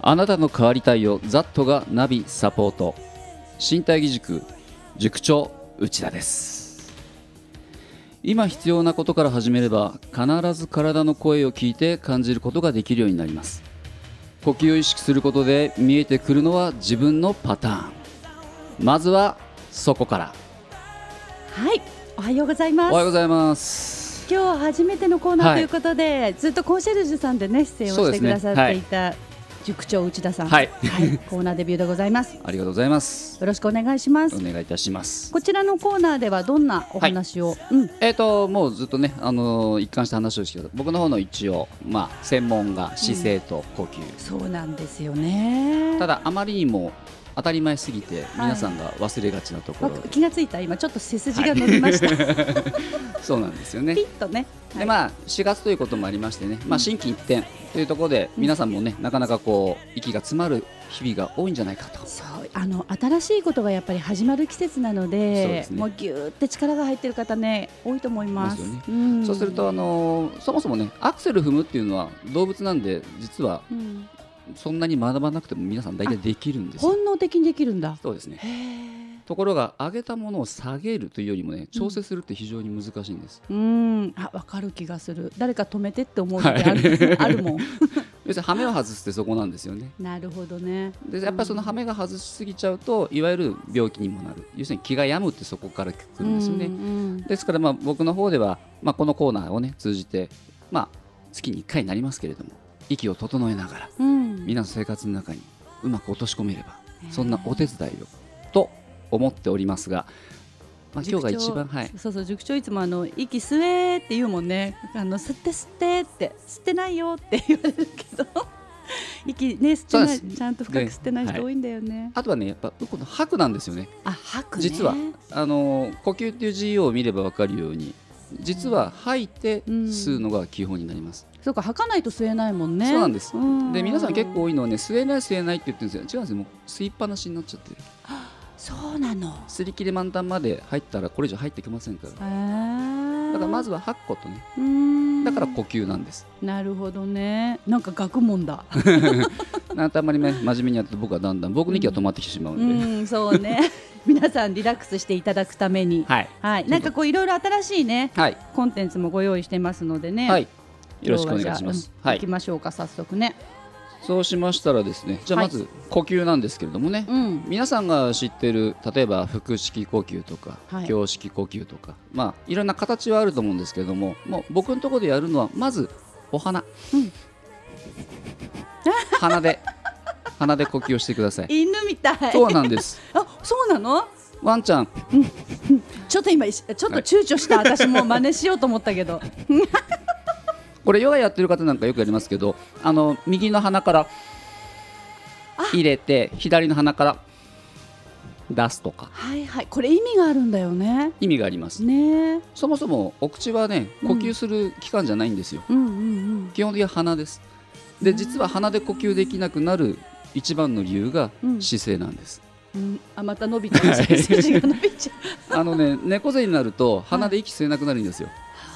あなたの変わりたいをザットがナビサポート身体義塾塾長内田です今必要なことから始めれば必ず体の声を聞いて感じることができるようになります呼吸を意識することで見えてくるのは自分のパターンまずはそこからはい、おはようございまおはようす。ございます今日は初めてのコーナはーいということで、ずっとコンシェルジュさんでね出演をそうしでてすくねださっていた塾長内田さん、はいコーナーデビューでございます。よありがとうございますろしくお願いしますお。願いいたしますこちらのコーナーではどんなお話を、うん、えー、ともうずっとね、あのー一貫した話をしてけど僕の方の一応、まあ、専門が姿勢と呼吸、そうなんですよね。ただあまりにも当たり前すぎて皆さんが忘れがちなとこわろ、気がついた今ちょっと背筋が伸び ました。そうなんですよねピッとね。でまあ4月ということもありましてね、まあ、心機一転というところで皆さんもねなかなかこう息が詰まる日々が多いんじゃないかとそうあの新しいことがやっぱり始まる季節なのそうでですねもうぎゅーって力が入ってる方ね多いと思います。ですよねんそうすると、あ、のーそもそもねアクセル踏むっていうのは動物なんで実はうんそんなに学ばなくても皆さん大体できるんですよ本能的にできるんだ。そうですねへーところが上げたものを下げるというよりもね調整するって非常に難しいんです、うん、あ、わかる気がする。誰か止めてって思う時ある、ある もん。要するに羽目を外すってそこなんですよねなるほどね。でやっぱりその羽目が外しすぎちゃうといわゆる病気にもなる要するに気が病むってそこからくるんですよね、ね。ですからまあ僕の方では、まあ、このコーナーをね通じて、まあ、月に1回になりますけれども息を整えながらうん、皆の生活の中にうまく落とし込めればへーそんなお手伝いをと思っておりますが、まあ、今塾長日が一番はいそうそう、塾長いつもあの息吸えって言うもんね。あの吸って吸ってって、吸ってないよって言われるけど。 息ね、吸ってなそうい、ですちゃんと深く吸ってないねは人い多いんだよね。あとはねやっぱこの吐くなんですよねあ、吐くね。実は、あのー呼吸っていう字を見れば分かるように実は吐いて吸うのが基本になります、そうか、吐かないと吸えないもんね。そうなんですうで皆さん結構多いのはね吸えない吸えないって言ってるんですよ違うんですよもう吸いっぱなしになっちゃってるそうなの。擦り切れ満タンまで入ったらこれ以上入ってきませんからだへーからまずは吐くことねうんだから呼吸なんですなるほどね。なんか学問だ。なんてあんまりね真面目にやってると僕はだんだん僕の息が止まってきてしまううんで、ん、そうね。 皆さんリラックスしていただくために。はいはい、なんかこういろいろ新しいね、はいコンテンツもご用意してますのでね。はいよろ今日しくおはじ願ゃいあ、しますうんは行きいましょうか、早速ね。そうしましたらですねじゃあはいまず呼吸なんですけれどもね、うん。皆さんが知ってる例えば腹式呼吸とかはい胸式呼吸とか、まあいろんな形はあると思うんですけれどももう僕のところでやるのはまずお花、うん 鼻で鼻で呼吸をしてください犬みたい。そうなんです あ、そうなの。ワンちゃんちょっと今、ちょっと躊躇した、私も真似しようと思ったけ ど。これヨガやってる方なんかよくやりますけどあの右の鼻から入れて左の鼻から出すとかはいはい、これ意味があるんだよね。意味がありますね。そもそもお口はね呼吸する器官じゃないんですよ、うんうん基本的には鼻ですで実は鼻で呼吸できなくなる一番の理由がうん姿勢なんです、うんうん。あ、また伸びちゃう。はい背 筋が伸びち ゃう。あの ね猫背になると鼻で息吸えなくなるんですよ、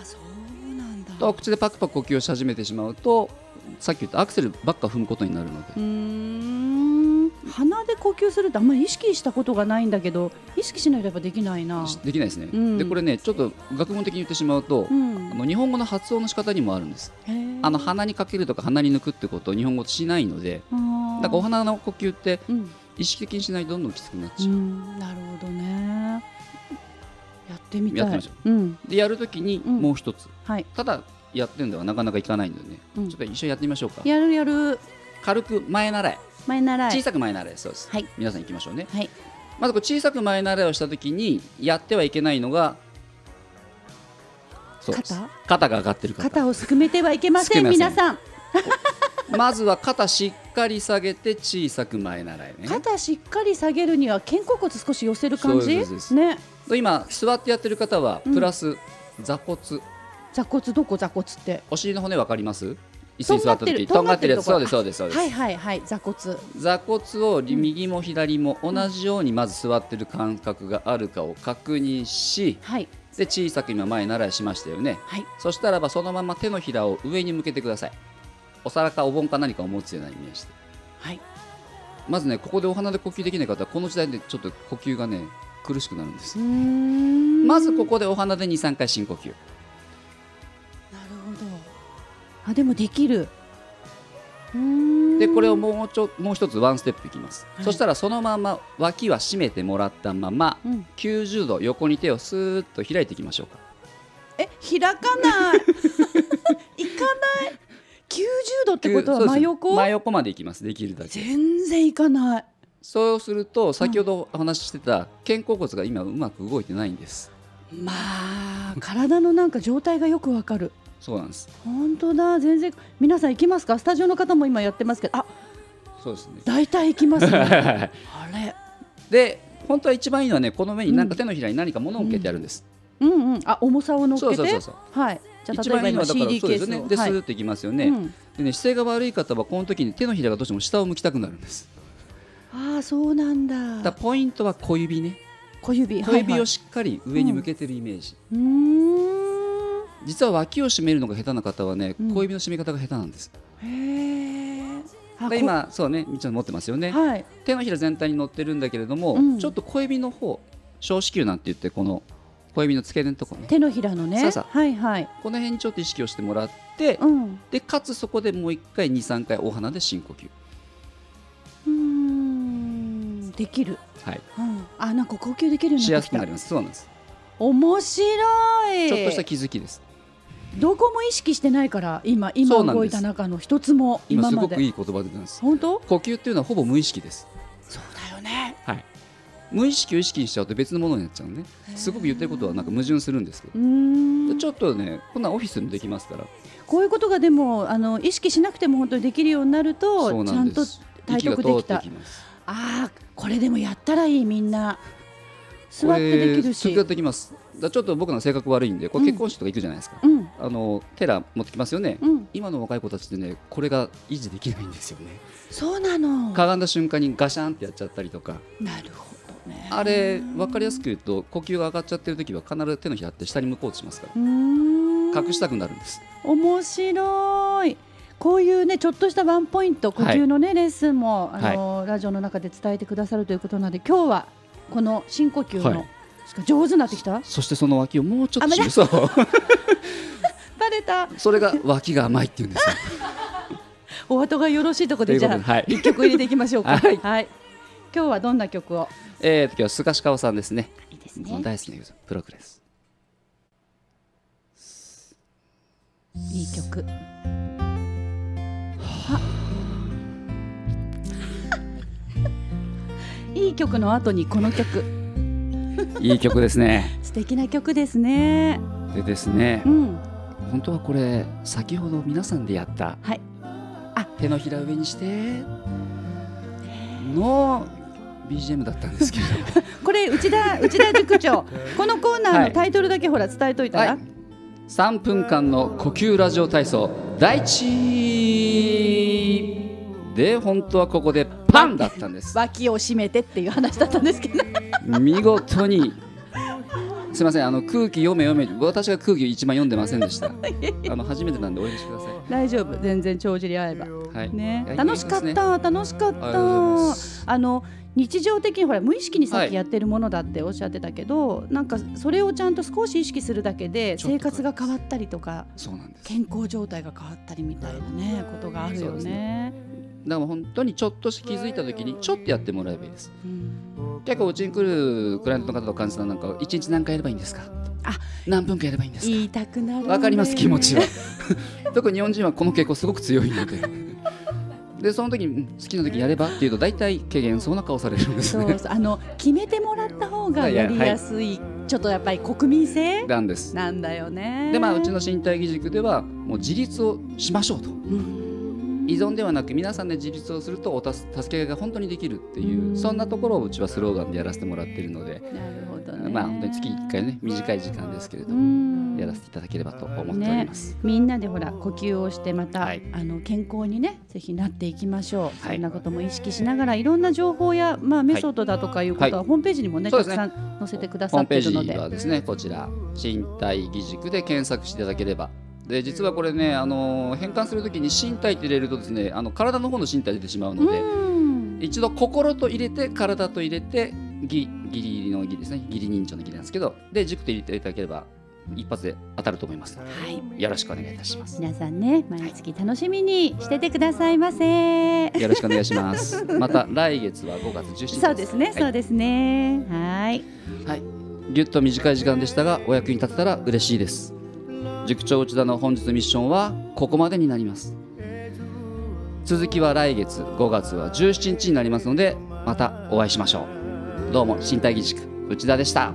あ、そうなんだ。とお口でパクパク呼吸をし始めてしまうとさっき言ったアクセルばっか踏むことになるのでうーん鼻で呼吸するってあんまり意識したことがないんだけど意識しないとやっぱできないな。しできないですね、うんでこれねちょっと学問的に言ってしまうと、うんあの日本語の発音の仕方にもあるんです、へーあの鼻にかけるとか鼻に抜くってことを日本語しないのであーだからお鼻の呼吸ってうん、意識的にしないとどんどんきつくなっうちゃう、ん、なるほどね。やってみたい。やってみましょうん、でやるときにうんもう一つ、はい、ただやってるのではなかなかいかないんだよね、うんちょっと一緒にやってみましょうかやるやる軽く前習い前習小い。さく前習いそうです、はい皆さんいきましょうねはい。まずこう小さく前習いをしたときにやってはいけないのがそうです肩肩が上がってる方肩をすくめてはいけませすんくめません皆さん。 まずは肩しっかり下げて小さく前習いね肩しっかり下げるには肩甲骨少し寄せる感そうじですそうですね。今座ってやってる方はうんプラス座骨、座骨どこ座骨って。お尻の骨わかります椅子とんにが座っってたる時とんがってるやつとそんうがってるとこですそうですそうです、はいはいはい座骨。座骨を右も左も同じようにまず座ってる感覚があるかを確認しはいで小さく今前習いしましたよねはい。そしたらばそのまま手のひらを上に向けてくださいお皿かお盆か何かを持つようなイメージではいまずねここでお鼻で呼吸できない方はこの時代でちょっと呼吸がね苦しくなるんですままずここでお鼻で23回深呼吸なるほどあでもできるうーんでこれをもうちょもう一つワンステップいきます、はいそしたらそのまま脇は締めてもらったままうん90度横に手をスーッと開いていきましょうかえ開か ない行かない90度ってことはそうです真横真横までいきますできるだけ全然行かないそうすると先ほどお話ししてた肩甲骨が今うまく動いてないんですまあ体のなんか状態がよくわかるそうなんです本当だ全然皆さん行きますかスタジオの方も今やってますけどあそうですね大体行きます ね あれで本当は一番いいのはねこの上になんか手のひらに何か物を受けてやるんです、うんうんあ重さを乗っけそうてそうそうそうはいじゃあ一例番えばいいの今はだから CD そうケですーよスねのでスはいーッていきますよね、うんでね姿勢が悪い方はこの時に手のひらがどうしても下を向きたくなるんですああそうなんだかだらポイントは小指ね小指小指をししっかり上に向けてるイメージ、うーん実は脇を締めるのが下手な方はねうん小指の締め方が下手なんです、へえあでこ今そうねみっちゃん持ってますよねはい手のひら全体に乗ってるんだけれども、うんちょっと小指の方小指球なんて言ってこの小指の付け根のとこね手のひらのねそうそうはいはいこの辺にちょっと意識をしてもらって、うんうでかつそこでもう一回23回お鼻で深呼吸ーんできるはいうんあなんか呼吸できるようにしなやってすきくなたりますそうなんです面白いちょっとした気づきですどこも意識してないから今今そうなんです動いた中の一つも今今すまごくでいい言葉出たんです本当呼吸っていうのはほぼ無意識ですそうだよね無意識を意識にしちゃうと別のものになっちゃうのねすごく言ってることはなんか矛盾するんですけどうーんちょっとねこんなんオフィスでもできますからこういうことがでもあの意識しなくても本当にできるようになるそうとちなゃんんでとす体息が得通できってたきますああこれでもやったらいいみんな座こっれてできる時々しできますだからちょっと僕の性格悪いんでこれ結婚式とか行くじゃないですか、うんあのテラ持ってきますよね、うん今の若い子たちってねこれが維持できないんですよねそうなのかがんだ瞬間にガシャンってやっちゃったりとかなるほどねあれ分かりやすく言うと呼吸が上がっちゃってる時は必ず手のひらって下に向こうとしますかうーんら隠したくなるんです面白いこういうねちょっとしたワンポイント呼吸のね、レッスンもあの、ラジオの中で伝えてくださるということなので今日はこの深呼吸の、はいしか上手になってきたそしてその脇をもうちょっとあまだ締めそうバレたそれが脇が甘いっていうんですよお後がよろしいとことでいうじことゃで あはい、一曲入れていきましょう かはい今日はどんな曲をえー、今日はスカシカオさんですねいいですその大好きな曲プロクレスいい曲 いい曲の後にこの曲いい曲ですね素敵な曲ですね でですねうん本当はこれ先ほど皆さんでやった、はいあ手のひら上にしての BGM だったんですけどこれ内 田内田塾長このコーナーはのいタイトルだけほら伝えといたはら、い3分間の呼吸ラジオ体操第一で本当はここでパンだったんです脇を締めてっていう話だったんですけど見事にすみませんあの空気読め読め私が空気一番読んでませんで したあの初めてなんでお許しください 大丈夫全然帳尻合えばはい、ねいや楽しかっいいですねた楽しかっありがとうございまたすあの日常的にほら無意識にさっはきいやってるものだっておっしゃってたけど、なんかそれをちゃんと少し意識するだけでちょっと生活が変わったりとかそうなんです健康状態が変わったりみたいなねことがあるそようですね。だから本当にちょっとし気づいた時にちょっとやってもらえばいいですうん結構うちに来るクライアントの方と患者さんなんかは一日何回やればいいんですかあ何分間やればいいんですか言いたくなるんだよねわかります気持ちは特に日本人はこの傾向すごく強いのででその時にうん好きな時にやればっていうと大体軽減そうな顔されるんですそねうそうあの決めてもらった方がいややいやりやすいちょっとやっぱり国民性なんですなんだよね。でまあうちの身体義塾ではもう自立をしましょうとうん依存ではなく皆さんで自立をするとおたす助けがいが本当にできるっていうそんなところをうちはスローガンでやらせてもらってるのでなるほどね。まあ本当に月1回ね短い時間ですけれどうもんやらせていただければと思っております、みんなでほら呼吸をしてまた、はいあの健康にねぜひなっていきましょう、はいそんなことも意識しながらいろんな情報や、まあ、メソッドだとかいうことは、はホームページにもねそうたですくねさん載せてくだホさーっムペてーるのジではですねこちら身体義塾で検索していただければで実はこれねあの変換するときに身体って入れるとですねあの体の方の身体出てしまうので、うん一度心と入れて体と入れてギギリのギリですねギリ認証のギリなんですけどで軸で入れていただければ一発で当たると思いますのではいよろしくお願いいたします皆さんね毎月楽しみにしててくださいませ、よろしくお願いしますまた来月は5月17日そうですね、はいそうですねはいぎゅっと短い時間でしたがお役に立てたら嬉しいです塾長内田の本日のミッションはここまでになります続きは来月5月は17日になりますのでまたお会いしましょうどうも身体義塾内田でした